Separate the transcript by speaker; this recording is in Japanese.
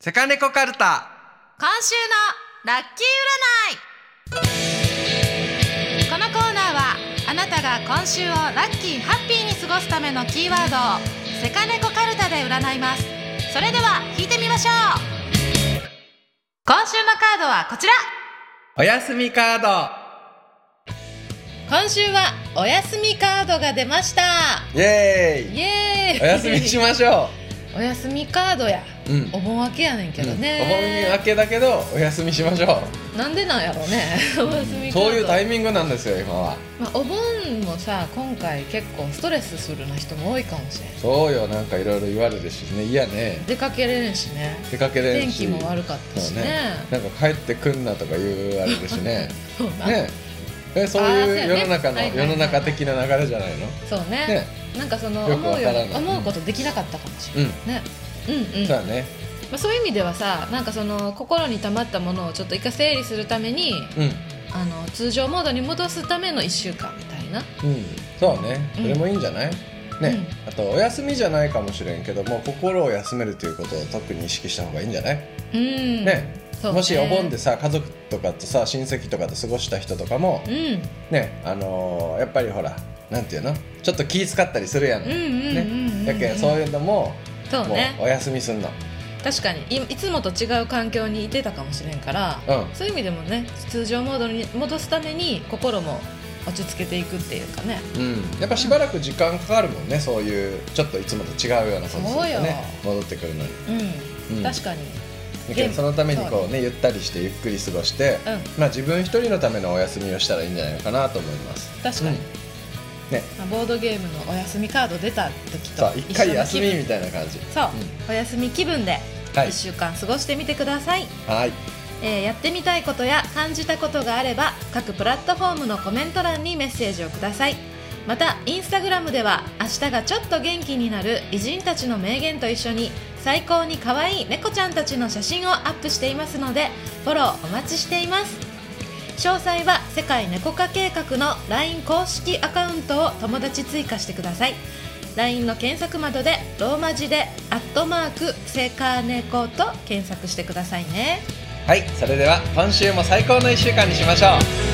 Speaker 1: セカネコカルタ
Speaker 2: 今週のラッキー占いこのコーナーはあなたが今週をラッキーハッピーに過ごすためのキーワードをセカネコカルタで占いますそれでは引いてみましょう今週のカードはこちら
Speaker 1: おやすみカード
Speaker 2: 今週はお休みカードが出ました
Speaker 1: イエーイ
Speaker 2: イエーイ
Speaker 1: おやすみしましょ
Speaker 2: お休みカードや
Speaker 1: ううん
Speaker 2: お盆明けやねんけど
Speaker 1: うんお盆
Speaker 2: ね
Speaker 1: 明、けだけどお休みしましょ
Speaker 2: なんでなんやろうね お休み
Speaker 1: う
Speaker 2: カー
Speaker 1: そ
Speaker 2: ド
Speaker 1: ういうタイミングなんですよ今は
Speaker 2: まあ、お盆もさ今回結構ストレスするな人も多いかもしれない
Speaker 1: そうよなんかいろいろ言われるしね嫌ね
Speaker 2: 出かけれんしね
Speaker 1: 出かけれん
Speaker 2: 天
Speaker 1: し
Speaker 2: 気も悪かったしね
Speaker 1: そうねなんか帰ってくんなとか言われるし ね
Speaker 2: そうだ
Speaker 1: ねえそういう世の中
Speaker 2: あ
Speaker 1: の
Speaker 2: ーそう
Speaker 1: 世
Speaker 2: やね
Speaker 1: の中的な流れじゃないの
Speaker 2: そうね
Speaker 1: ね
Speaker 2: なんかその
Speaker 1: よく
Speaker 2: 思
Speaker 1: わ
Speaker 2: う
Speaker 1: から
Speaker 2: よ
Speaker 1: ない
Speaker 2: 思うことできなかったかもしれ
Speaker 1: うん
Speaker 2: ない、ねうんうん
Speaker 1: そうだね
Speaker 2: まあ、そういう意味ではさなんかその心に溜まったものをちょっと一回整理するために
Speaker 1: うん
Speaker 2: あの通常モードに戻すための1週間みたいな
Speaker 1: うん、そうねそれもいいんじゃない、ね、あとお休みじゃないかもしれんけども心を休めるということを特に意識した方がいいんじゃない、
Speaker 2: うん
Speaker 1: ね
Speaker 2: そう
Speaker 1: もしお盆でさ家族とかとさ親戚とかと過ごした人とかも、
Speaker 2: うん
Speaker 1: ねあのーやっぱりほらなんていうのちょっと気使ったりするやん、
Speaker 2: うんうんうんうんうん
Speaker 1: やけんそういうのも
Speaker 2: そう
Speaker 1: も
Speaker 2: ね
Speaker 1: うお休みすんの
Speaker 2: 確かにいいつもと違う環境にいてたかもしれんから、
Speaker 1: うん
Speaker 2: そういう意味でもね通常モードに戻すために心も落ち着けていくっていうかね
Speaker 1: うん、やっぱしばらく時間かかるもんねそういうちょっといつもと違うような感じ
Speaker 2: そうよ
Speaker 1: ね戻ってくるのに
Speaker 2: うん、
Speaker 1: うん
Speaker 2: 確かに
Speaker 1: だけどそのためにこ
Speaker 2: そう
Speaker 1: うねゆったりしてゆっくり過ごして、
Speaker 2: う
Speaker 1: まあ自分一人のためのお休みをしたらいいんじゃないのかなと思います
Speaker 2: 確かに、
Speaker 1: うんね
Speaker 2: まあボードゲームのお休みカード出た時
Speaker 1: そ
Speaker 2: と
Speaker 1: う一回休み
Speaker 2: 一緒の気分
Speaker 1: みたいな感じ
Speaker 2: そう、お休み気分で
Speaker 1: はい
Speaker 2: 1週間過ごしてみてください、
Speaker 1: はい
Speaker 2: えーやってみたいことや感じたことがあれば各プラットフォームのコメント欄にメッセージをくださいまたインスタグラムでは明日がちょっと元気になる偉人たちの名言と一緒に最高に可愛い猫ちゃんたちの写真をアップしていますのでフォローお待ちしています詳細は世界猫化計画の LINE 公式アカウントを友達追加してください LINE の検索窓でローマ字で「アットマークセカネコ」と検索してくださいね
Speaker 1: はいそれでは今週も最高の1週間にしましょう